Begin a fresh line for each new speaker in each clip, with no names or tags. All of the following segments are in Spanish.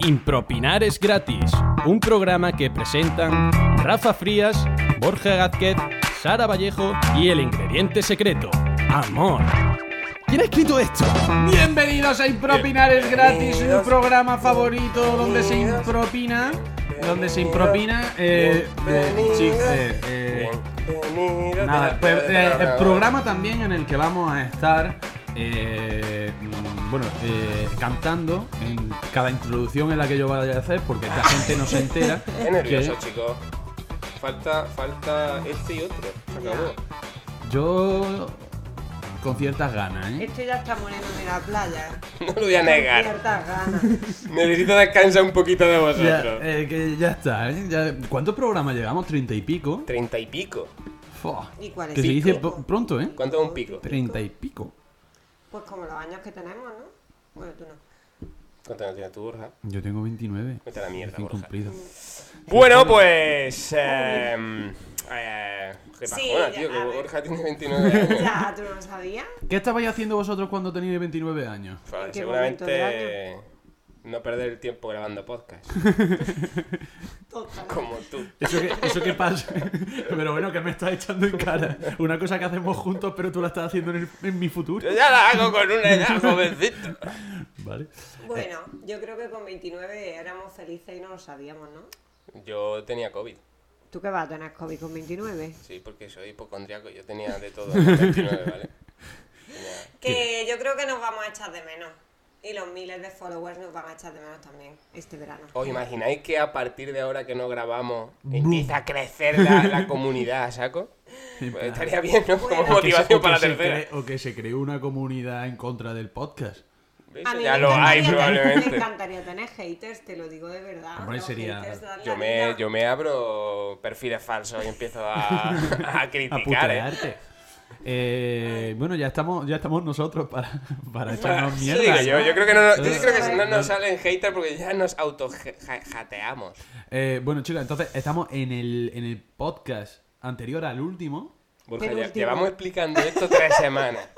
Impropinar es gratis, un programa que presentan Rafa Frías, Borja Gázquez, Sara Vallejo y el ingrediente secreto, amor. ¿Quién ha escrito esto?
Bienvenidos a Impropinar es gratis, un programa favorito donde se impropina, donde se impropina, eh, eh, sí, eh, eh, nada, pues, eh, el programa también en el que vamos a estar, eh, mm, bueno, eh, cantando en cada introducción en la que yo vaya a hacer, porque la gente no se entera.
Qué nervioso,
que
chicos. Falta, falta este y otro. Se acabó.
yo con ciertas ganas, ¿eh?
Esto ya está muriendo en la playa. ¿eh?
No lo voy a negar.
Ciertas ganas.
Necesito descansar un poquito de
Ya,
vosotros.
eh, que ya está, ¿eh? Ya- ¿Cuántos programas llevamos? ¿Treinta y pico?
Treinta y pico.
Fua.
¿Y cuál es
Que se
el
dice
pico?
po- pronto, ¿eh?
¿Cuánto es un pico?
Treinta y pico.
Pues como los años que tenemos, ¿no? Bueno, tú no.
¿Cuánto tienes tú, Borja?
Yo tengo 29.
Vete a la mierda,
Recién
Borja.
cumplido.
Bueno, pues. Eh, eh, qué
Sí,
bajona,
ya,
tío, que
a ver.
Borja tiene 29 años.
Ya, ¿tú no lo sabías?
¿Qué estabais haciendo vosotros cuando teníais 29 años?
Joder,
¿En qué momento del
seguramente. No perder el tiempo grabando podcast.
Total.
Como tú.
Eso que, eso que pasa. Pero bueno, que me estás echando en cara. Una cosa que hacemos juntos, pero tú la estás haciendo en, el- en mi futuro.
Yo ya la hago con una edad, jovencito.
Vale.
Bueno,
Eh.
yo creo que con 29 éramos felices y no lo sabíamos, ¿no?
Yo tenía COVID.
¿Tú qué vas a tener COVID con 29?
Sí, porque soy hipocondriaco. Yo tenía de todo. a los 29, ¿vale? Tenía-
Que yo creo que nos vamos a echar de menos. Y los miles de followers nos van a echar de menos también este verano.
¿Os imagináis que a partir de ahora que no grabamos empieza a crecer la, la comunidad, saco? Pues estaría bien, ¿no? Como
Bueno.
motivación para la
se
tercera.
cree- o que se creó una comunidad en contra del podcast.
¿Ves?
A mí
Ya
me
lo hay
encantaría tener- Me
probablemente.
encantaría tener haters, te lo digo de verdad.
Hombre,
Los
sería-
haters dan la
Yo me,
vida.
yo me abro perfiles falsos y empiezo a, a
A
criticar, ¿eh?
putearte. Eh, bueno, ya estamos, ya estamos nosotros para, para
pues
echarnos
Sí,
mierda.
yo, yo creo que no, yo
Eh,
creo que no nos salen haters porque ya nos auto-jateamos.
Eh, bueno, chicos, entonces estamos en el, en el podcast anterior al último.
Borja,
Pero
ya-
último.
llevamos explicando esto tres semanas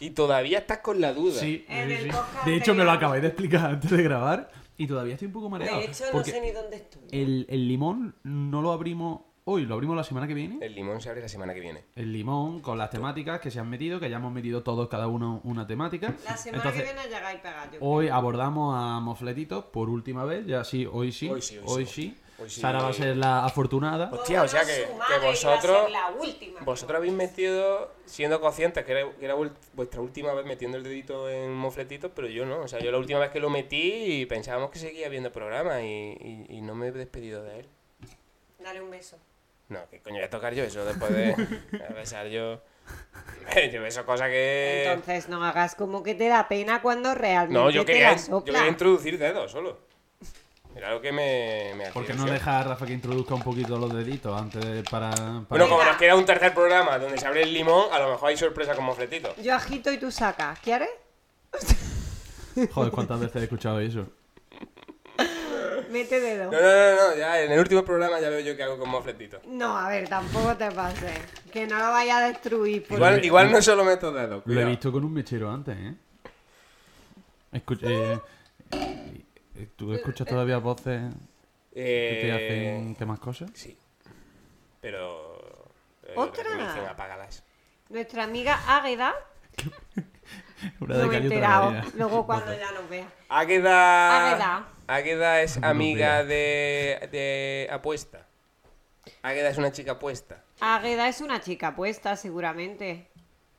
y todavía estás con la duda.
Sí,
En
sí,
el
sí.
podcast
De hecho, me lo
anterior.
acabáis de explicar antes de grabar y todavía estoy un poco mareado.
De hecho, no
porque Eh,
sé ni dónde estoy.
el, el limón no lo abrimos hoy, lo abrimos la semana que viene.
El limón se abre la semana que viene.
El limón con las temáticas que se han metido, que ya hemos metido todos, cada uno una temática.
La semana
Entonces,
que viene llegáis pegados. yo creo.
hoy abordamos a Mofletito por última vez, ya sí, hoy sí.
Hoy sí, hoy sí. Hoy sí,
Sara va a
hoy-
ser la afortunada.
Hostia, o sea
Vámonos,
que-
su
que
madre, iba a ser
vosotros-
la última.
Vosotros habéis metido, siendo conscientes que era, que era vuelt- vuestra última vez metiendo el dedito en mofletitos, pero yo no. O sea, yo la última vez que lo metí y pensábamos que seguía viendo programa y, y- y no me he despedido de él.
Dale un beso.
No, ¿qué coño voy a tocar yo eso después de a besar yo? Yo beso cosas que...
Entonces no hagas como que te da pena cuando realmente
Eh, no, yo
te
quería,
la
yo
sopla.
quería introducir dedos solo. Era lo que me... me hacía
Porque no
ilusión.
deja a Rafa que introduzca un poquito los deditos antes de- para, para-
Bueno, como
Venga.
nos queda un tercer programa donde se abre el limón, a lo mejor hay sorpresa con mofletitos.
Yo agito y tú sacas. ¿Quieres?
Joder, cuántas veces he escuchado eso.
Mete dedo.
No, no, no, no, ya en el último programa ya veo yo qué hago con mofletitos.
No, a ver, tampoco te pases. Que no lo vaya a destruir. pues.
Pues
Igual,
por-
igual no solo meto dedos.
Lo he
cuidado.
visto con un mechero antes, ¿eh? Escucha, eh, eh, ¿Tú escuchas todavía voces que te
Eh,
hacen que más cosas?
Sí. Pero. pero
Otra.
que me dicen apágalas.
Nuestra amiga Águeda
Una
no me he
cal y otra
enterado.
de arena.
Luego cuando ya nos vea.
Águeda.
Águeda.
Águeda es
No
amiga de, de apuesta. Águeda es una chica apuesta.
Águeda es una chica puesta, seguramente.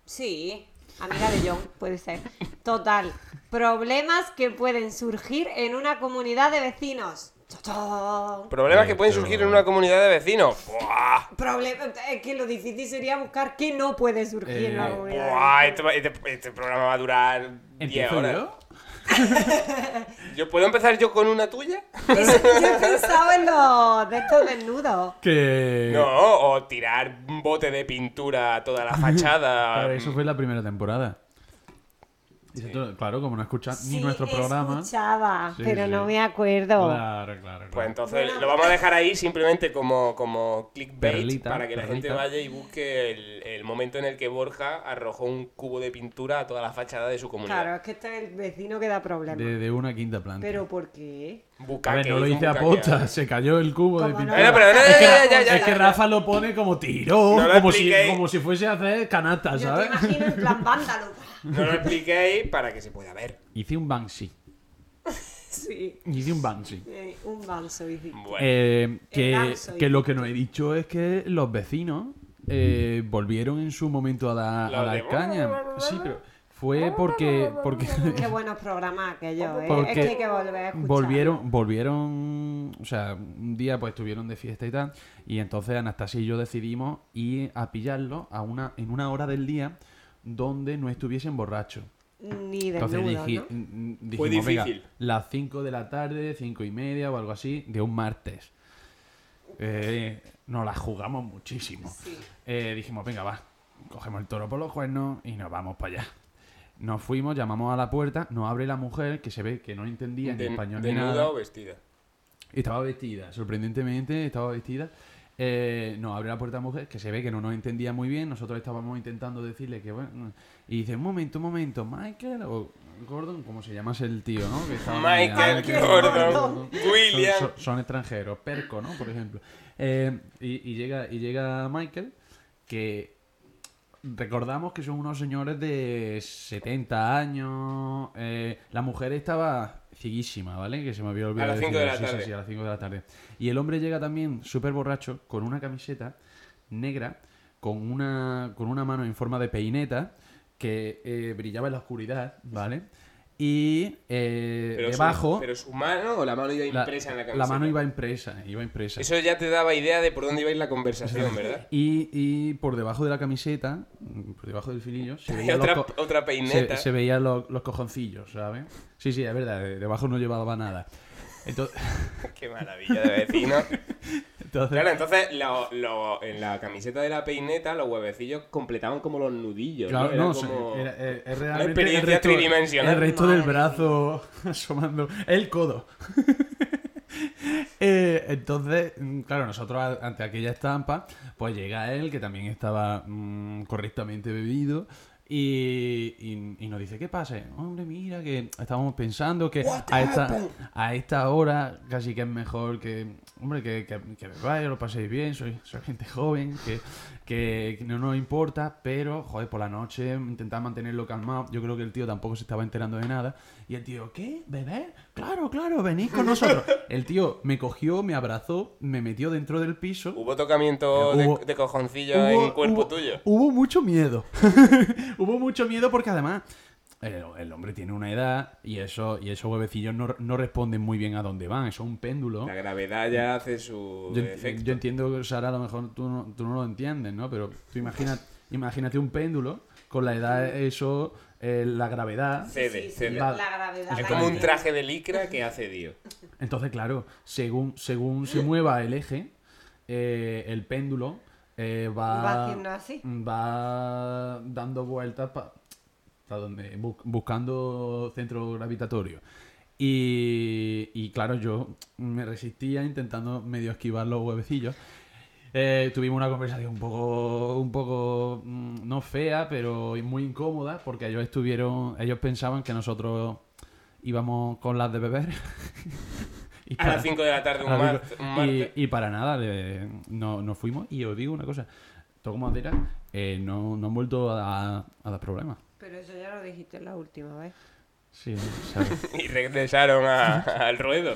Sí, amiga de John, puede ser. Total. Problemas que pueden surgir en una comunidad de vecinos. ¡Chachán!
Problemas que pueden
Pero-
surgir en una comunidad de vecinos. ¡Buah!
Problema, es que lo difícil sería buscar qué no puede surgir en
Eh,
una comunidad. de
Buah,
vecinos.
Este, va- este- este programa va a durar 10
¿Empiezo
horas.
yo?
¿Yo puedo empezar yo con una tuya?
Es- Yo he pensado en los de estos desnudos.
Que...
No, o tirar un bote de pintura a toda la fachada.
Pero eso fue la primera temporada. Dice tú, Claro, como no escuchas
Sí,
ni nuestro programa.
escuchaba,
Sí,
pero
sí.
no me acuerdo.
Claro, claro,
Pues
claro.
entonces lo vamos a dejar ahí simplemente como, como clickbait
Perlita,
para que la gente
perlita.
vaya y busque el, el momento en el que Borja arrojó un cubo de pintura a toda la fachada de su comunidad.
Claro, es que este es el vecino que da problemas.
De, de una quinta planta.
Pero ¿por qué?
Bucaque,
a ver, no lo
hizo un
hice a
bucaque.
posta, se cayó el cubo
Como
de
no-
pintura.
Bueno, pero no,
Es que,
ya, ya, ya, ya,
es que
ya.
Rafa lo pone como tirón,
No lo
como, si,
expliquéis.
como si fuese a hacer
Yo
canasta,
te
¿sabes?
imagino en plan vándalo.
No lo expliquéis para que se pueda ver.
Hice un Banshee.
Sí,
Hice un Banshee.
eh, un banzo. y-
Bueno,
Eh, que,
Banshee.
que lo que no he dicho es que los vecinos eh, volvieron en su momento a la, a
Los
la
de-
caña. Sí, pero fue porque, porque
Qué buenos programas aquellos, ¿eh?
Porque
Es que hay que volver a escuchar.
volvieron, volvieron, o sea, un día pues estuvieron de fiesta y tal, y entonces Anastasia y yo decidimos ir a pillarlo a una, en una hora del día donde no estuviesen borrachos.
Ni de
Entonces
nudo,
diji-
¿no?
mm, dijimos,
Fue difícil.
"Venga, las 5 de la tarde, 5 y media o algo así, de un martes. Eh, nos la jugamos muchísimo. Eh, dijimos, venga, va, cogemos el toro por los cuernos y nos vamos para allá. Nos fuimos, llamamos a la puerta, nos abre la mujer que se ve que no entendía ni
de-
español ni
desnuda
nada.
o vestida.
Estaba vestida, sorprendentemente estaba vestida. Eh, nos abre la puerta mujer, que se ve que no nos entendía muy bien. Nosotros estábamos intentando decirle que bueno. Y dice, un momento, un momento, Michael o Gordon, como se llamase el tío, ¿no? Que estaba
Michael
Michael
Gordon,
Gordon.
William.
Son, son- son extranjeros, Perco, ¿no? Por ejemplo. Eh, y, y llega, y llega Michael, que recordamos que son unos señores de 70 años. eh, la mujer estaba cieguísima, ¿vale? Que se me había olvidado.
las cinco de la
decirlo, sí, sí,
tarde.
sí, a las 5 de la tarde. Y el hombre llega también súper borracho con una camiseta negra, con una, con una mano en forma de peineta que eh, brillaba en la oscuridad, ¿vale? Y eh,
Pero su-
debajo
pero su mano o la mano iba impresa en la camiseta.
mano iba impresa, iba impresa.
Eso ya te daba idea de por dónde iba a ir la conversación, ¿verdad?
Y, y por debajo de la camiseta, mm, por debajo del filillo, se
Y
veían los,
otra,
co-
otra
se,
peineta.
se veían los, los cojoncillos, ¿sabes? Sí, sí, es verdad, de- debajo no llevaba nada. Ento-
Qué maravilla de vecino.
Entonces,
Claro, entonces lo- lo- en la camiseta de la peineta los huevecillos completaban como los nudillos.
Claro,
¿no? Era
no, se-
como-
era- eh, es realmente
experiencia
el resto,
tridimensional.
el resto del
Madre
brazo asomando. El codo. Eh, entonces, mm, claro, nosotros a- ante aquella estampa, pues llega él, que también estaba mm, correctamente bebido. Y, y- y nos dice, ¿qué pasa? Hombre, mira, que estábamos pensando que a esta, a esta hora casi que es mejor que, hombre, que, que, que bebáis, lo paséis bien, soy, soy gente joven, que, que no nos importa, pero, joder, por la noche intentar mantenerlo calmado. Yo creo que el tío tampoco se estaba enterando de nada. Y el tío, ¿qué? ¿Beber? Claro, claro, venid con nosotros. El tío me cogió, me abrazó, me metió dentro del piso.
Hubo tocamiento
Pero hubo-
de, de cojoncillo en cuerpo
hubo-
tuyo.
Hubo mucho miedo. hubo mucho miedo porque además el, el hombre tiene una edad y eso y esos huevecillos no, no responden muy bien a dónde van. Eso es un péndulo.
La gravedad ya hace su
Yo,
efecto.
yo entiendo que, Sara, a lo mejor tú no, tú no lo entiendes, ¿no? Pero tú imagina, imagínate un péndulo con la edad, eso, eh, la gravedad.
Cede,
Sí, sí,
cede.
La gravedad.
Es
la
como un
gravedad.
traje de licra que hace Dios.
Entonces, claro, según, según se mueva el eje, eh, el péndulo eh, va,
Va haciendo así.
va dando vueltas para donde, bu- buscando centro gravitatorio. Y, y claro, yo me resistía intentando medio esquivar los huevecillos. Eh, tuvimos una conversación un poco, un poco mm, no fea, pero muy incómoda, porque ellos estuvieron, ellos pensaban que nosotros íbamos con las de beber. Y
A
para-
las 5 de la tarde, un,
a las
mar-
cinco.
un
y,
martes.
y para nada, de- no, nos fuimos. Y os digo una cosa, toco madera, eh, no, no han vuelto a, a dar problemas.
Pero eso ya lo dijiste la última vez.
Sí, ¿sabes?
Y regresaron a- al ruedo.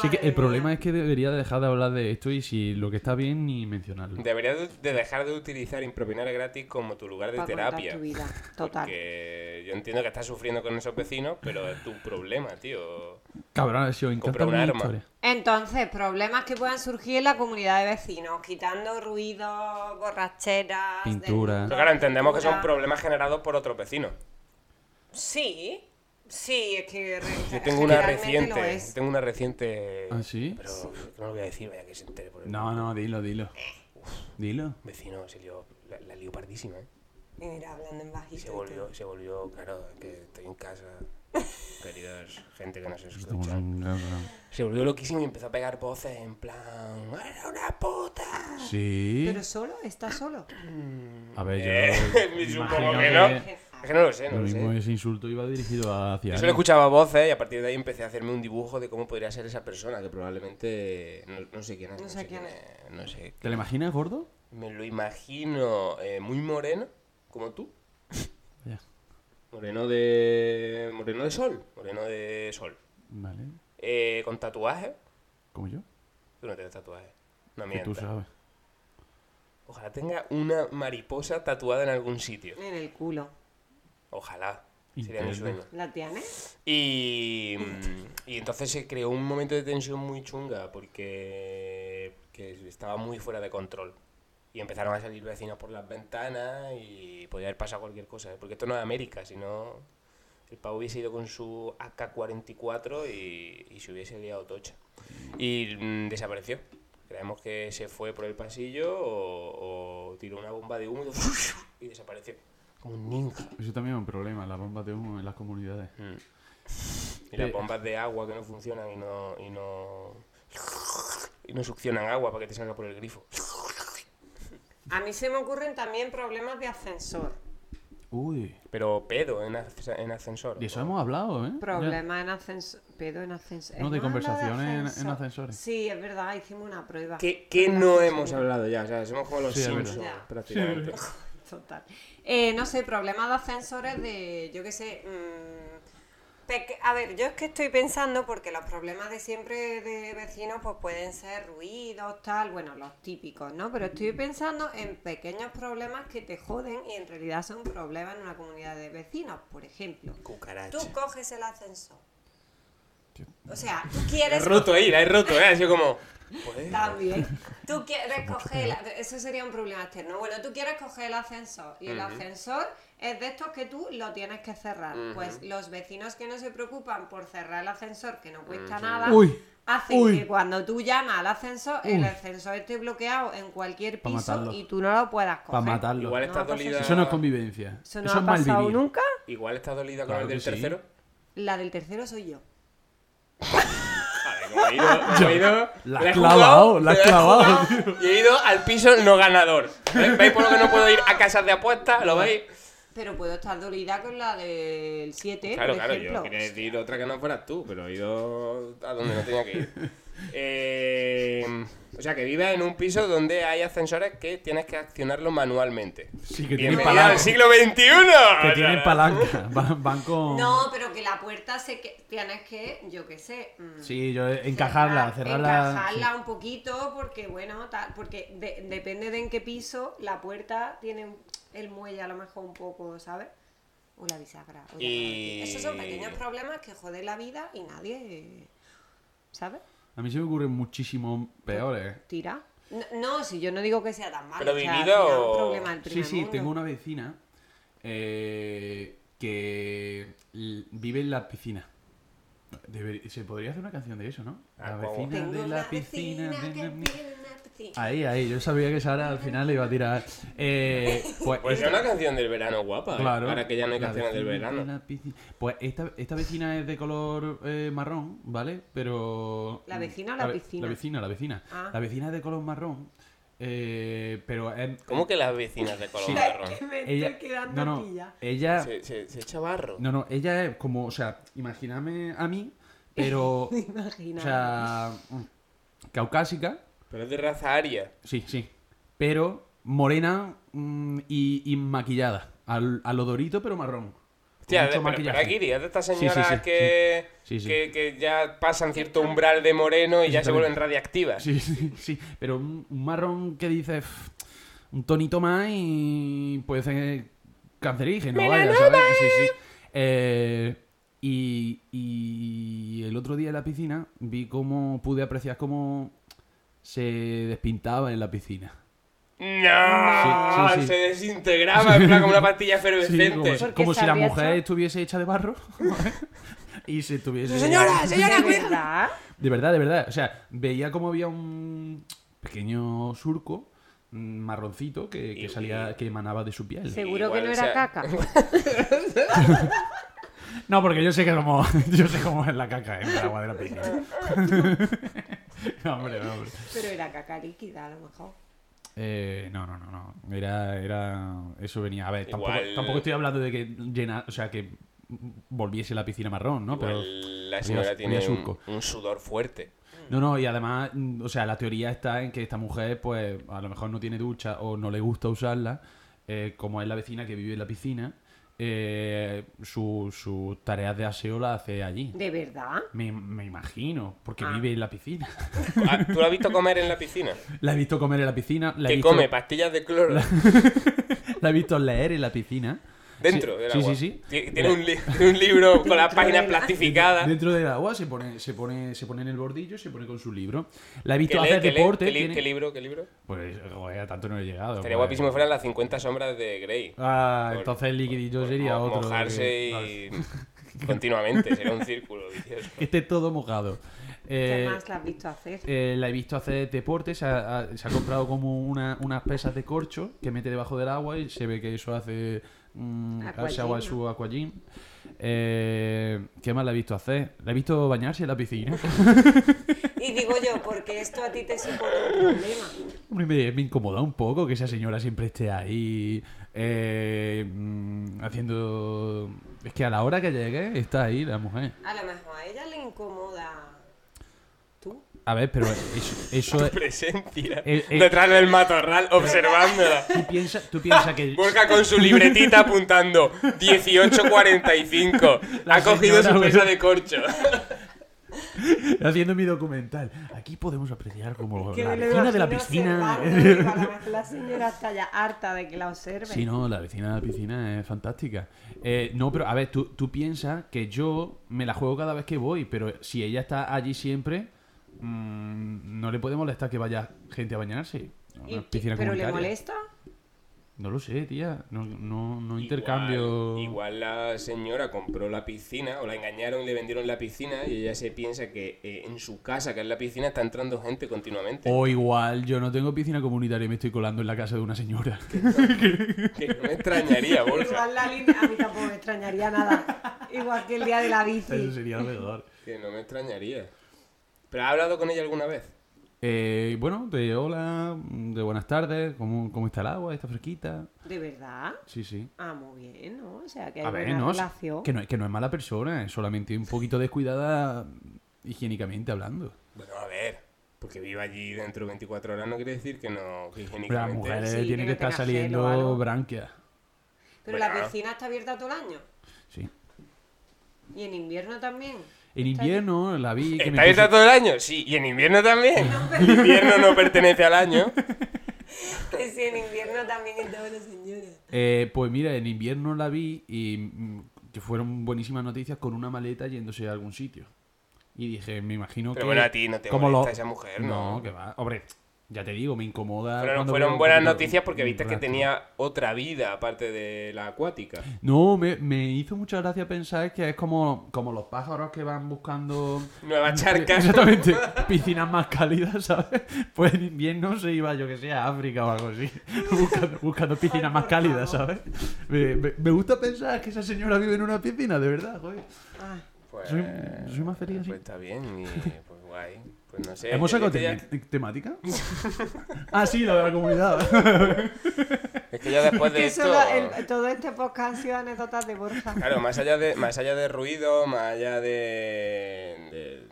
Sí que
Madre
el problema
mía.
es que debería dejar de hablar de esto y si lo que está bien ni mencionarlo.
Deberías de dejar de utilizar impropinar gratis como tu lugar de
Pa' contar
terapia.
tu vida, total.
Porque yo entiendo que estás sufriendo con esos vecinos, pero es tu problema, tío.
Cabrón, ha sido
Compra un
encantadora
arma.
historia.
Entonces, problemas que puedan surgir en la comunidad de vecinos, quitando ruidos, borracheras,
Pintura.
desnudos,
Pero claro, entendemos que son
pintura.
problemas generados por otros vecinos.
Sí, sí, es que. re-
Yo tengo una
generalmente lo
reciente.
es.
Tengo una reciente.
¿Ah, sí?
Pero no lo voy a decir, vaya que se entere por el
No, no, dilo, dilo. Dilo.
vecino, se lió, la, la lió pardísima, ¿eh?
Y mira, hablando en bajito.
Y
y
se
todo.
volvió, se volvió, claro, que estoy en casa, queridos, gente que nos
Estamos
escucha.
en-
Se volvió loquísimo y empezó a pegar voces en plan, ¡era una puta!
Sí.
Pero solo, está solo.
A ver, yo.
Me supongo que no.
que
Es que no lo sé, Eh, no
Lo
lo
mismo
sé.
ese insulto iba dirigido hacia.
Yo solo
alguien.
escuchaba voces y a partir de ahí empecé a hacerme un dibujo de cómo podría ser esa persona, que probablemente no, no sé quién es.
No sé quién es.
es, No sé.
¿Te lo imaginas, gordo?
Me lo imagino eh, muy moreno, como tú.
Ya.
Moreno de. Moreno de sol. Moreno de sol.
Vale.
Eh, con tatuaje.
Como yo.
Tú no tienes tatuaje. No
Que tú
mientas.
sabes.
Ojalá tenga una mariposa tatuada en algún sitio.
En el culo.
Ojalá. Sería mi
Interno.
sueño.
¿La tienes?
Y, mm, y entonces se creó un momento de tensión muy chunga porque que estaba muy fuera de control. Y empezaron a salir vecinos por las ventanas y podía haber pasado cualquier cosa. ¿eh? Porque esto no es América, sino el pavo hubiese ido con su AK-44 y, y se hubiese liado tocha. Y mm, desapareció. Creemos que se fue por el pasillo o, o tiró una bomba de humo y, y desapareció. Como un ninja.
Eso también es un problema, las bombas de humo en las comunidades.
Mm. Y las
Eh,
bombas de agua que no funcionan y no, y no. Y no succionan agua para que te salga por el grifo.
A mí se me ocurren también problemas de ascensor.
Uy.
Pero pedo en, asc- en ascensor.
De eso hemos hablado, ¿eh?
Problemas en ascensor. Pedo en ascensor.
No, de
Hemos hablado
conversaciones en- en ascensores.
Sí, es verdad, hicimos una prueba.
¿Qué, qué no hemos hablado ya? O sea, somos como los
Sí, es
Simpsons,
verdad.
prácticamente.
Total. Eh, no sé, problemas de ascensores de, yo qué sé. mm, peque- a ver, yo es que estoy pensando porque los problemas de siempre de vecinos pues pueden ser ruidos, tal, bueno, los típicos, ¿no? Pero estoy pensando en pequeños problemas que te joden y en realidad son problemas en una comunidad de vecinos, por ejemplo.
Cucaracha.
Tú coges el ascensor. O sea, tú quieres
He roto ahí, la he roto, ¿eh? Ha sido como. Pues,
también. Tú quieres coger. el- Eso sería un problema externo. Bueno, tú quieres coger el ascensor. Y el ascensor es de estos que tú lo tienes que cerrar. Pues los vecinos que no se preocupan por cerrar el ascensor, que no cuesta nada.
Uy.
Hacen
Uy.
que cuando tú llamas al ascensor, el ascensor esté bloqueado en cualquier
Pa'
piso
matarlo.
y tú no lo puedas coger.
Para matarlo.
igual
No
está
ha pasado
dolida.
Eso no es convivencia.
Eso
Eso,
no ha
es
pasado
malvivir.
nunca.
Igual está dolida con
Claro
el del
que sí.
tercero.
La del tercero soy yo.
Vale, como he ido- como he ido-
La
he
has
jugado,
clavado, la has
he
clavado,
jugado Y he ido al piso no ganador. ¿Veis veis por lo que no puedo ir a casas de apuestas? ¿Lo veis?
Pero puedo estar dolida con la del 7,
Claro,
¿eh? por
claro,
ejemplo.
yo quería decir otra que no fueras tú, pero he ido a donde no tenía que ir. Eh, o sea, que vives en un piso donde hay ascensores que tienes que accionarlos manualmente.
Sí, que tienen
Bienvenido
palanca.
al siglo XXI! Ah,
Que tienen palanca. Van, van con.
No, pero que la puerta se que tienes que, yo qué sé, mm,
Sí, yo encajarla,
cerrar-
cerrarla.
encajarla
sí.
un poquito porque bueno, tal, porque de- depende de en qué piso la puerta tiene un- el muelle a lo mejor un poco, ¿sabes? O la bisagra. o la-
Y-
Esos son pequeños problemas que joden la vida y nadie, ¿sabes?
A mí se me ocurren muchísimos peores.
Tira. No, no, si yo no digo que sea tan malo.
Pero
o sea, al
vivido-
final un problema del
Sí,
primer
sí,
mundo.
tengo una vecina eh, que l- vive en la piscina. Deber- se podría hacer una canción de eso, ¿no?
Ah,
La
guau.
vecina
Tengo
de
una
la piscina.
vecina que
na, na, na.
tiene una piscina.
Ahí, ahí, yo sabía que Sara al final le iba a tirar. Eh, pues
Pues
esta-
era una canción del verano guapa, ¿eh?
Claro.
ahora que ya no hay
La
canciones del
vecina de
verano.
la piscina. Pues esta, esta vecina es de color eh, marrón, ¿vale? Pero.
¿La vecina o la
ve-
piscina?
La vecina, la vecina.
Ah.
La vecina es de color marrón, eh, pero es.
¿Cómo que las vecinas de color
Sí.
marrón?
Que me
Ella,
estoy quedando
no, no,
pilla.
ella,
Se, se- se echa barro.
no, no, ella es como, o sea, imagíname a mí, pero, o
Imagina.
sea, mm, caucásica,
Pero es de raza aria.
sí, sí, pero morena mm, y, y maquillada, al, al odorito pero marrón. con
Hostia, de-
mucho
pero, pero
maquillaje.
aquí, de estas
Sí, sí,
señoras
sí,
que,
sí. Sí, sí.
Que, que ya pasan cierto umbral de moreno y ya se
Exactamente.
vuelven radiactivas.
Sí, sí, sí, pero un, un marrón que dice "Pff, un tonito más y puede ser cancerígeno, vaya, ¿sabes? Sí, sí. Eh, y, y el otro día en la piscina vi cómo pude apreciar cómo se despintaba en la piscina.
No,
Sí, sí, sí.
se desintegraba en plan como una pastilla efervescente.
como,
Porque
si- como
se
si la
había
mujer
hecho-
estuviese hecha de barro y se tuviese...
¿De verdad?
De verdad, de verdad. O sea, veía como había un pequeño surco mm, marroncito que, que
Y-
salía, que emanaba de su piel.
Seguro
Igual,
que no
o
era
sea-
caca.
No, porque yo sé que como yo sé cómo es la caca ¿eh? en el agua de la piscina. no, hombre, no, hombre.
Pero era caca líquida, a lo mejor.
Eh, no, no, no, no. Era, era, eso venía. A ver, tampoco,
Igual-
tampoco estoy hablando de que llena, o sea, que volviese la piscina marrón, ¿no?
Igual
Pero
la señora
había
tiene un,
surco.
un sudor fuerte.
no, no. Y además, mm, o sea, la teoría está en que esta mujer, pues, a lo mejor no tiene ducha o no le gusta usarla, eh, como es la vecina que vive en la piscina. eh, su- sus tareas de aseo la hace allí.
¿De verdad?
Me, me imagino, porque vive en la piscina.
Ah, ¿Tú la has visto comer en la piscina?
La he visto comer en la piscina. La he
que
visto,
come pastillas de cloro
La he visto leer en la piscina.
dentro
sí,
del
sí,
agua.
sí, sí.
Ti- Tiene un, li- tiene un libro con las
Dentro
páginas
de la-
plastificadas.
Dentro del agua se pone, se pone, se pone en el bordillo, se pone con su libro. La he
¿Qué,
visto
lee?
hacer
¿Qué lee?
deporte.
¿Qué li-
tiene-
qué libro? ¿Qué libro?
Pues, joder, a tanto no he llegado.
Estaría
joder.
guapísimo si fueran las 50 sombras de Grey.
Ah,
Por-
entonces el liquidillo sería
Pues, Mo-
otro. eh,
Mojarse
que-
y... continuamente, sería un círculo vicioso.
Que esté todo mojado.
¿Qué
Eh,
más la has visto hacer?
eh, la he visto hacer deporte, se ha, ha- se ha comprado como una- unas pesas de corcho que mete debajo del agua y se ve que eso hace, mm,
Aquagym,
hace agua
¿no?
su aquagym. Eh, ¿Qué más la he visto hacer? La he visto bañarse en la piscina.
Y digo yo, porque esto a ti te supone un problema.
Hombre, me, me incomoda un poco que esa señora siempre esté ahí eh, mm, haciendo... Es que a la hora que llegue está ahí la mujer.
A lo mejor a ella le incomoda. ¿Tú?
A ver, pero eso, eso es...
Presencia.
Eh, eh.
Detrás del matorral, observándola.
Tú piensas tú piensa que...
Borja con su libretita apuntando 1845.
La
ha cogido
señora, pues,
su
güey.
pesa de corcho.
Haciendo mi documental. Aquí podemos apreciar como
Que
Pues
me
la
lo
vecina de la
imagino
piscina...
observando, digo, a lo mejor La señora está ya harta de que la observen.
Sí, no, la vecina de la piscina es fantástica. Eh, no, pero a ver, tú, tú piensas que yo me la juego cada vez que voy, pero si ella está allí siempre, mm, no le puede molestar que vaya gente a bañarse. A
¿Y
una
qué-
piscina
¿Pero le
comunitaria.
molesta?
No lo sé, tía. No, no, no intercambio.
Igual, igual la señora compró la piscina, o la engañaron y le vendieron la piscina, y ella se piensa que eh, en su casa, que es la piscina, está entrando gente continuamente.
O igual yo no tengo piscina comunitaria y me estoy colando en la casa de una señora.
Que no me extrañaría, Borja.
Igual la línea. A mí tampoco me extrañaría nada. Igual que el día de la
Eso
bici.
sería lo mejor.
Que no me extrañaría. ¿Pero ha hablado con ella alguna vez?
Eh, bueno, de hola, de buenas tardes, ¿cómo, cómo está el agua? ¿Está fresquita?
¿De verdad?
Sí, sí.
Ah, muy bien, ¿no? O sea, que hay
A ver,
buena
no,
relación.
que no, que no es mala persona, es solamente un poquito descuidada higiénicamente hablando.
Bueno, a ver, porque viva allí dentro de 24 horas no quiere decir que no, que
Pero las
higiénicamente...
mujeres
Sí, que
tienen
no
que estar
tenga gel o
saliendo
algo.
branquias.
Pero la
Bueno.
piscina está abierta todo el año.
Sí.
Y en invierno también.
En invierno la vi que
¿Está
me puse-
abierta todo el año? Sí, y en invierno también. El invierno no pertenece al año.
Que si en invierno también está la señora.
Eh, pues mira, en invierno la vi y mm, que fueron buenísimas noticias con una maleta yéndose a algún sitio. Y dije, me imagino
Pero
que...
bueno, a ti no te
como
molesta esa mujer, ¿no?
que va. Hombre, ya te digo, me incomoda...
Fueron,
cuando
fueron
veo un
buenas
poquito-
noticias porque
un
viste que
rastro.
tenía otra vida aparte de la acuática.
No, me, me hizo mucha gracia pensar que es como, como los pájaros que van buscando...
Nuevas charcas.
Exactamente, piscinas más cálidas, ¿sabes? Pues en invierno se iba, yo que sé, a África o algo así, buscando, buscando piscinas
Ay,
más
por
cálidas,
favor.
¿sabes? Me, me- me gusta pensar que esa señora vive en una piscina, de verdad, joder.
Ah,
Pues,
Soy, soy más feliz así.
pues está bien y pues guay. Pues no sé.
¿Hemos
yo-
sacado
yo ya-
tem- temática? ah, sí, la de la comunidad.
Es que ya después de
que
esto...
solo el- todo este podcast han sido anécdotas de Borja.
Claro, más allá de, más allá de ruido, más allá de, de-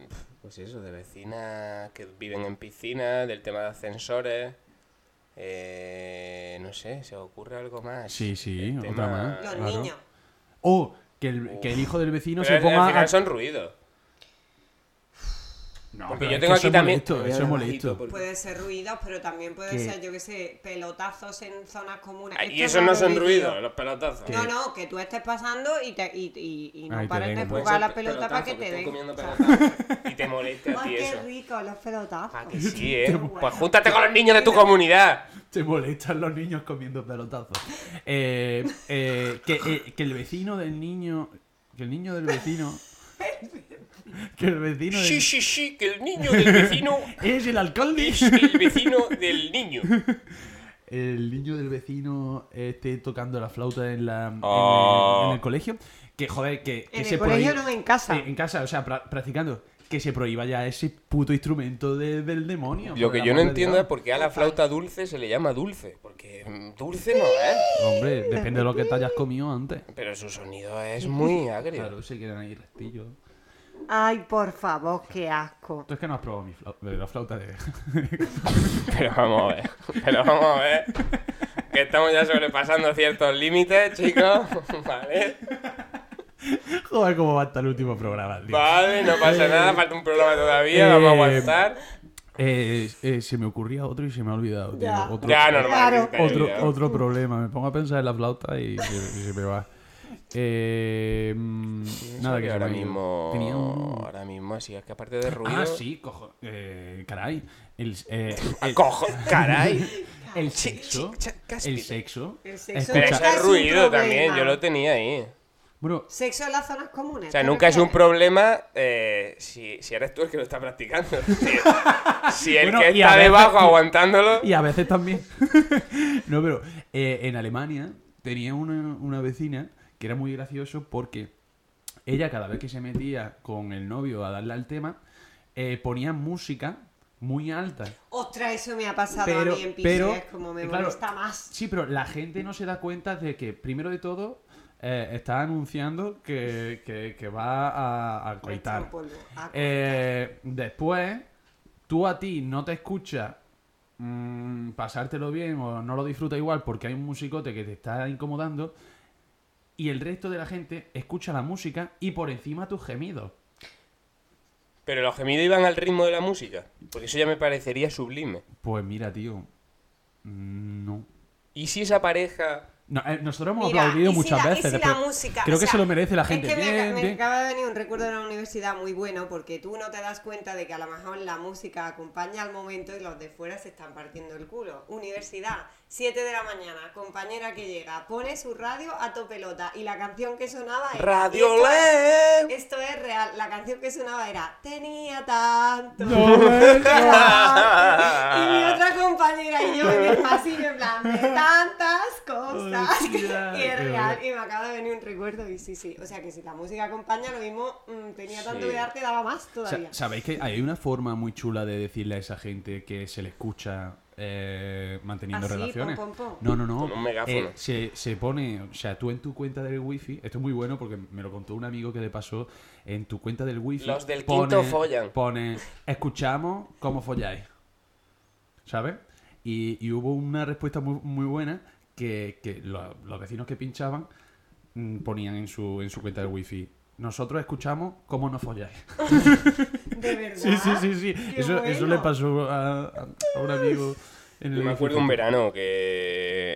Pues eso, de vecinas que viven en piscinas, del tema de ascensores. eh, no sé, ¿se os ocurre algo más?
Sí, sí,
El
otra
tema-
más.
Los
Claro.
niños.
O que el, que el hijo del vecino
Pero
se
al- al
ponga...
final
a-
son ruidos.
No,
porque
pero
yo
es que
tengo
eso
aquí
es
también-
molesto,
Voy a
eso es
hablar
molesto.
bajito, porque-
Puede ser ruidos, pero también puede
Que-
ser, yo qué sé, pelotazos en zonas comunes.
Ah, Y
Esto
eso no
lo
son
he
ruidos,
vivido.
los pelotazos.
No, no, que tú estés pasando y, te, y, y, y no
Ahí te
pares de
den,
Pueden
jugar
ser
a la pelota
pelotazos,
para que te
estén
den.
comiendo
O sea,
pelotazos Y te moleste a
¡Ay,
ti
qué
eso.
rico, los
Ah,
pelotazos!
que sí, ¿eh?
bueno.
Pues júntate con los niños de tu comunidad.
Te molestan los niños comiendo pelotazos. Eh, eh, que, eh, que el vecino del niño. Que el niño del vecino. Que el vecino
Sí,
del.
sí, sí, que el niño del vecino
Es el alcalde.
es el vecino del niño.
el niño del vecino esté tocando la flauta en, la, en el-
Oh.
en, el, colegio. Que joder, que, que
En
se
el colegio
prohí-
no, en casa.
Eh, en casa, o sea, pra- practicando. Que se prohíba ya ese puto instrumento de- del demonio.
Lo
por
que
el
yo no
amor de
entiendo
Dios.
es por qué a la flauta dulce se le llama dulce. Porque mm, dulce no es.
Hombre, depende de lo que te hayas comido antes.
Pero su sonido es muy agrio.
Claro, se quedan ahí restillos.
Ay, por favor, qué asco.
Tú es que no has probado mi flauta, la flauta de...
Pero vamos a ver. Pero vamos a ver. Que estamos ya sobrepasando ciertos límites, chicos. Vale.
Joder, cómo va hasta el último programa, tío.
Vale, no pasa nada. Falta un programa todavía. Vamos a
Eh,
aguantar.
Eh, eh, se me ocurría otro y se me ha olvidado. tío.
Ya.
Otro,
Ya, normal.
Claro.
que te
otro,
diga.
otro problema. Me pongo a pensar en la flauta y, se- y se me va. Eh, mm, nada, que se me
ahora
ha ido.
mismo.
Tenía un...
Ahora mismo, así es que aparte de ruido.
Ah, sí, cojo... Eh, caray. El, eh,
Ah, cojo- ¡Caray!
el sexo...
Ch- ch- ch-
El sexo...
El sexo
Pero
Nunca
eso
Escucha...
es
es
un
ruido
problema.
también. Yo lo tenía ahí.
Bueno,
Sexo en las zonas comunes.
O sea,
¿te
nunca es un
refieres?
problema eh, si, si eres tú el que lo está practicando. Si, si el
Bueno,
que
y a
está
veces
debajo
tú-
aguantándolo.
Y a veces también. no, pero eh, en Alemania tenía una, una vecina que era muy gracioso porque ella cada vez que se metía con el novio a darle al tema, eh, ponía música muy alta.
Ostras, eso me ha pasado
Pero,
a mí en piso,
pero
es como me
claro,
molesta más.
Sí, pero la gente no se da cuenta de que, primero de todo, eh, está anunciando que, que- que va a, a
Me
coitar.
echa un polvo, a
Eh, después, tú a ti no te escucha mm, pasártelo bien o no lo disfruta igual porque hay un musicote que te está incomodando y el resto de la gente escucha la música y por encima tus gemidos.
Pero los gemidos iban al ritmo de la música. Porque eso ya me parecería sublime.
Pues mira, tío, mm, no.
¿Y si esa pareja.
No, eh, nosotros hemos
Mira,
aplaudido
y si
muchas
la- y
veces.
si la
pero
música,
creo
o
que
sea,
se lo merece la
es
gente.
que me,
Bien,
aca- me
bien.
acaba de venir un recuerdo de la universidad muy bueno porque tú no te das cuenta de que a lo mejor la música acompaña al momento y los de fuera se están partiendo el culo. Universidad, 7 de la mañana, compañera que llega, pone su radio a topelota y la canción que sonaba era...
¡Radio
y esto-
Leo!
Esto es real, la canción que sonaba era Tenía tanto. Y mi otra compañera y yo en el pasillo, en plan, de tantas cosas.
Hostia,
y es
qué
real. Y me acaba de venir un recuerdo. Y sí, sí. O sea que si la música acompaña, lo mismo mm, tenía tanto
Sí.
que dar que daba más
Sa-
todavía.
¿Sabéis que hay una forma muy chula de decirle a esa gente que se le escucha eh, manteniendo
Así,
relaciones?
¿Ah, pom, pom, pom.
No, no, no.
Con un megáfono.
Eh, se, se pone, o sea, tú en tu cuenta del wifi, esto es muy bueno porque me lo contó un amigo que le pasó, en tu cuenta del wifi...
Los del
pone-
quinto follan.
Pone, escuchamos cómo folláis. ¿Sabes? Y, y hubo una respuesta muy, muy buena que, que lo- los vecinos que pinchaban mm, ponían en su, en su cuenta del wifi. Nosotros escuchamos cómo no folláis.
De verdad.
Sí, sí, sí, sí.
Qué
Eso, eso
bueno.
le pasó a, a un amigo en el
Yo me acuerdo un
instituto.
verano que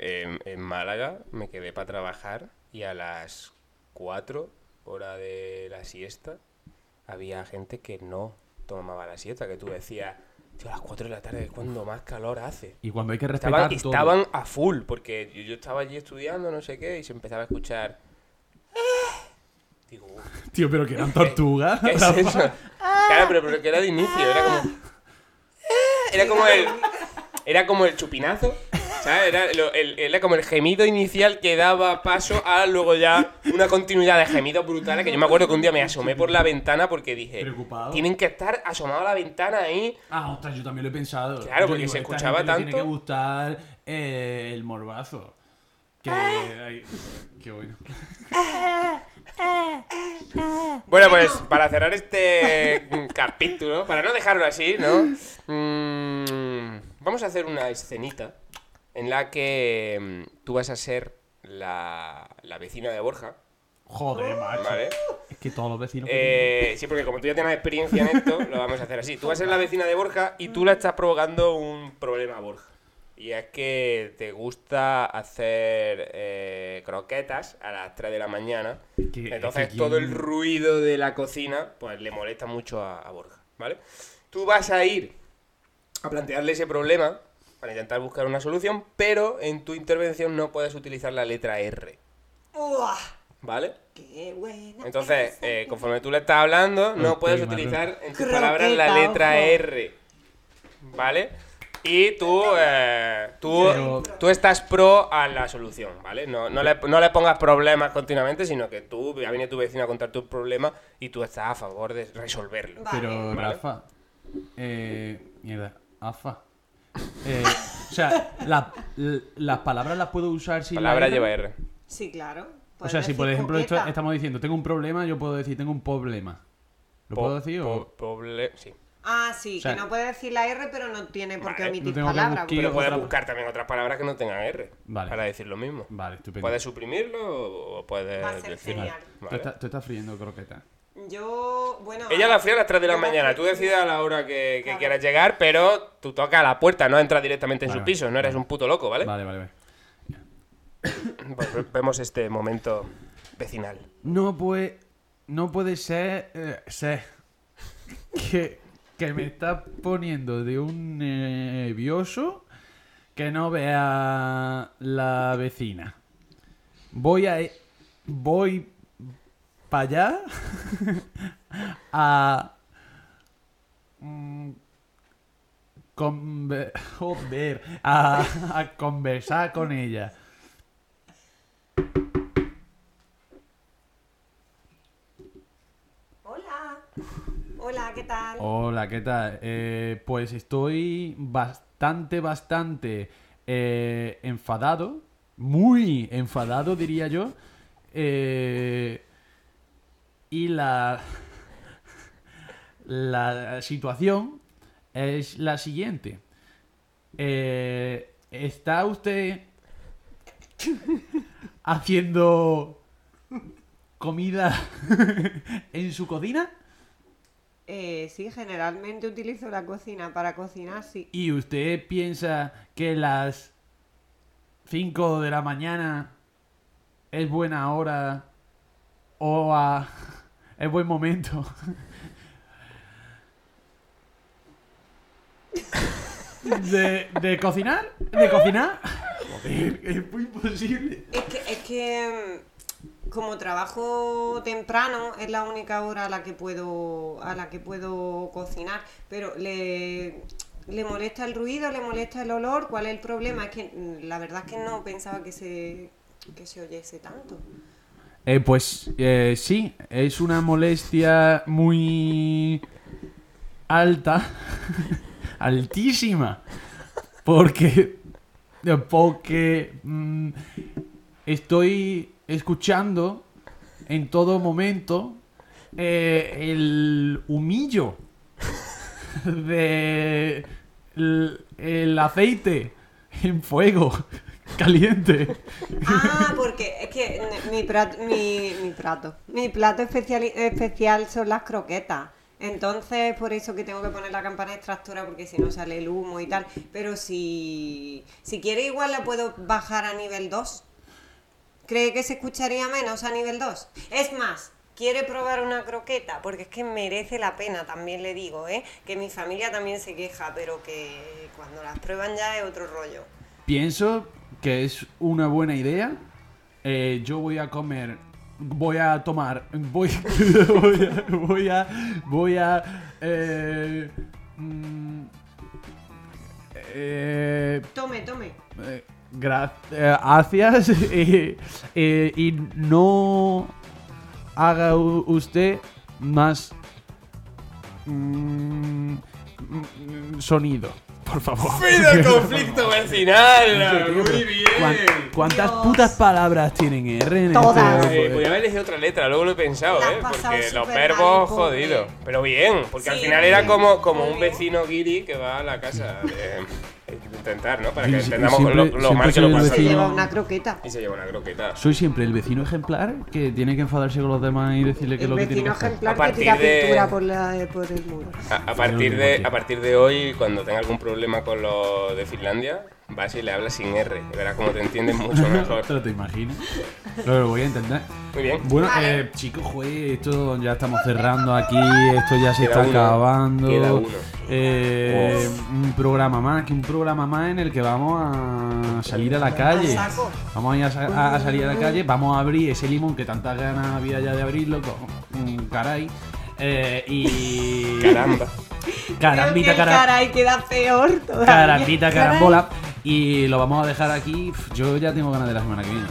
eh, en, en Málaga me quedé para trabajar y a las 4, hora de la siesta, había gente que no tomaba la siesta, que tú decías, "Tío, a las 4 de la tarde es cuando más calor hace.
Y cuando hay que respetar
Estaban,
todo.
estaban a full, porque yo, yo estaba allí estudiando, no sé qué, y se empezaba a escuchar... eh, Digo, "Uf,
Tío, pero que eran tortugas.
¿Qué es
Rafa.
eso? Claro, pero, pero que era de inicio, era como. Era como el. Era como el chupinazo. ¿Sabes? Era, lo- el- era como el gemido inicial que daba paso a luego ya una continuidad de gemidos brutales. Que yo me acuerdo que un día me asomé por la ventana porque dije:
Preocupado.
Tienen que estar asomados a la ventana ahí.
Ah, ostras, yo también lo he pensado.
Claro,
Yo
porque se
esta
escuchaba
gente le Tiene
tanto.
que gustar eh, el morbazo. Que,
Ah.
ay, qué bueno.
Bueno, pues para cerrar este mm, capítulo, para no dejarlo así, ¿no? Mm, vamos a hacer una escenita en la que mm, tú vas a ser la, la vecina de Borja,
Joder, macho.
¿vale?
Es que todos los vecinos. que
Eh, sí, porque como tú ya tienes experiencia en esto, lo vamos a hacer así. Tú vas a ser la vecina de Borja y tú le estás provocando un problema a Borja. Y es que te gusta hacer eh, croquetas a las 3 de la mañana.
Que- es
Entonces
que
todo el
quién-
ruido de la cocina pues le molesta mucho a, a Borja, ¿vale? Tú vas a ir a plantearle ese problema para intentar buscar una solución, pero en tu intervención no puedes utilizar la letra R,
Uah,
¿vale?
¡Qué buena!
Entonces,
esa.
eh, conforme tú le estás hablando, no
Ok,
puedes
Manuel.
utilizar en tus
Croqueta,
palabras la letra
ojo.
R. ¿Vale? Y tú, eh, tú,
Pero-
tú estás pro a la solución, ¿vale? No, no, le, no le pongas problemas continuamente, sino que tú, ya viene tu vecino a contar tu problema y tú estás a favor de resolverlo.
Vale.
Pero,
Vale.
Rafa. Eh, mierda, AFA. Eh, o sea, la- l- las palabras las puedo usar sin. la
Palabra
R.
lleva R.
Sí, claro.
O
Puedes
sea, si por
decir
ejemplo esto-
coqueta.
estamos diciendo tengo un problema, yo puedo decir tengo un problema. ¿Lo puedo decir o.?
Po- poble- sí.
Ah, sí,
o sea, eh,
que no puede decir la R, pero no tiene por qué
Vale,
omitir
no tengo que
palabra.
buscar-
porque-
Pero puedes
otra-
buscar también otras palabras que no tengan R
Vale.
para decir lo mismo.
Vale, estupendo.
Puedes suprimirlo o puedes
Va a ser
decirlo.
genial.
Tú,
Vale.
estás, tú estás friendo croqueta.
Yo, bueno.
Ella la
ah,
fría a las 3 de la
yo
mañana. Tú decides a la hora que, que
Claro.
quieras llegar, pero tú tocas a la puerta, no entras directamente en
Vale,
su
vale.
piso. No eres un puto loco, ¿vale?
Vale, vale, vale.
Pues vemos este momento vecinal.
No puede, no puede ser, eh, ser que, que me está poniendo de un nervioso que no vea la vecina. Voy a e, voy para allá a mm, conver- joder, a, a conversar con ella.
Hola. Hola, ¿qué tal?
Hola, ¿qué tal? Eh, pues estoy bastante, bastante eh, enfadado, muy enfadado diría yo. Eh, y la, la situación es la siguiente. Eh, ¿Está usted haciendo comida en su cocina?
Eh, sí, generalmente utilizo la cocina para cocinar, sí.
¿Y usted piensa que las 5 de la mañana es buena hora o ah, es buen momento? ¿De, de cocinar? ¿De cocinar? Joder, es muy imposible.
Es que, es que mm, como trabajo temprano es la única hora a la que puedo a la que puedo cocinar, pero le le molesta el ruido, le molesta el olor, ¿cuál es el problema? Es que mm, la verdad es que no pensaba que se que se oyese tanto.
Eh, pues eh, sí, es una molestia muy alta, altísima, porque, porque mm, estoy escuchando en todo momento eh, el humillo de el- el aceite en fuego caliente.
Ah, porque es que mm, mi plato, mi, mi plato, mi plato especial, especial son las croquetas. Entonces, por eso que tengo que poner la campana extractora, porque si no sale el humo y tal. Pero si, si quiere, igual la puedo bajar a nivel 2. ¿Cree que se escucharía menos a nivel 2? Es más, quiere probar una croqueta, porque es que merece la pena, también le digo, ¿eh? Que mi familia también se queja, pero que cuando las prueban ya es otro rollo.
Pienso que es una buena idea. Eh, yo voy a comer, voy a tomar, voy, voy a, voy a, voy a, eh, mm, eh,
Tome, tome.
eh, gra- eh, gracias eh, eh, y no haga u- usted más mm, mm, sonido, por favor.
¡Fin del conflicto vecinal!
Tío,
¡Muy
pero
bien!
¿cuán- ¿Cuántas
Dios.
putas palabras tienen R en
Todas.
este-
Eh, podría haber elegido otra letra, luego lo he pensado,
La has
¿eh?
pasado
Porque los
súper mal,
verbos,
pobre.
jodido. Pero bien, porque al
Sí,
final era
bien.
como, como
Muy
un
bien.
vecino guiri que va a la casa de, de intentar, ¿no? Para que
Y si- y
entendamos
siempre-
lo, lo
siempre
mal que
soy
lo
el
pasa.
Se
vecino.
lleva una croqueta.
Y se lleva una croqueta.
Soy siempre el vecino ejemplar que tiene que enfadarse con los demás y decirle que
El
es lo que tiene que
vecino
hacer.
A
ejemplar que
partir
tira
de-
pintura por, la, por el muro.
A, a partir de, a partir de hoy, cuando tenga algún problema con los de Finlandia, vas y le hablas sin R. Y verás cómo te entienden mucho mejor.
Te lo te imaginas. No lo voy a intentar.
Muy bien.
Bueno, eh, chicos, joder, esto ya estamos cerrando aquí, esto ya se
Queda
está
uno.
acabando.
Queda uno.
Eh, un programa más, que un programa más en el que vamos a salir a la calle.
Al saco.
Vamos a, ir a sa- a- a salir a la calle, vamos a abrir ese limón que tantas ganas había ya de abrirlo, co- mm, caray. Eh, y.
Caramba.
Carambita,
Creo que el
caramba.
caray queda peor todavía.
Carambita, carambola. Y lo vamos a dejar aquí. Pf, Yo ya tengo ganas de la semana que viene.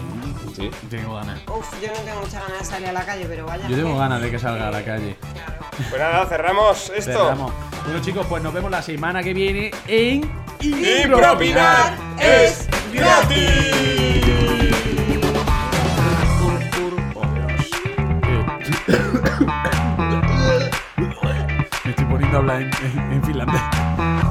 Sí.
Tengo ganas.
Uf, yo no tengo mucha ganas de salir a la calle, pero vaya.
Yo tengo
que-
ganas de que salga a la calle.
Claro.
Pues nada, cerramos esto.
Cerramos. Bueno, chicos, pues nos vemos la semana que viene en.
Y propinar es gratis.
Me estoy poniendo a hablar en, en- en finlandés.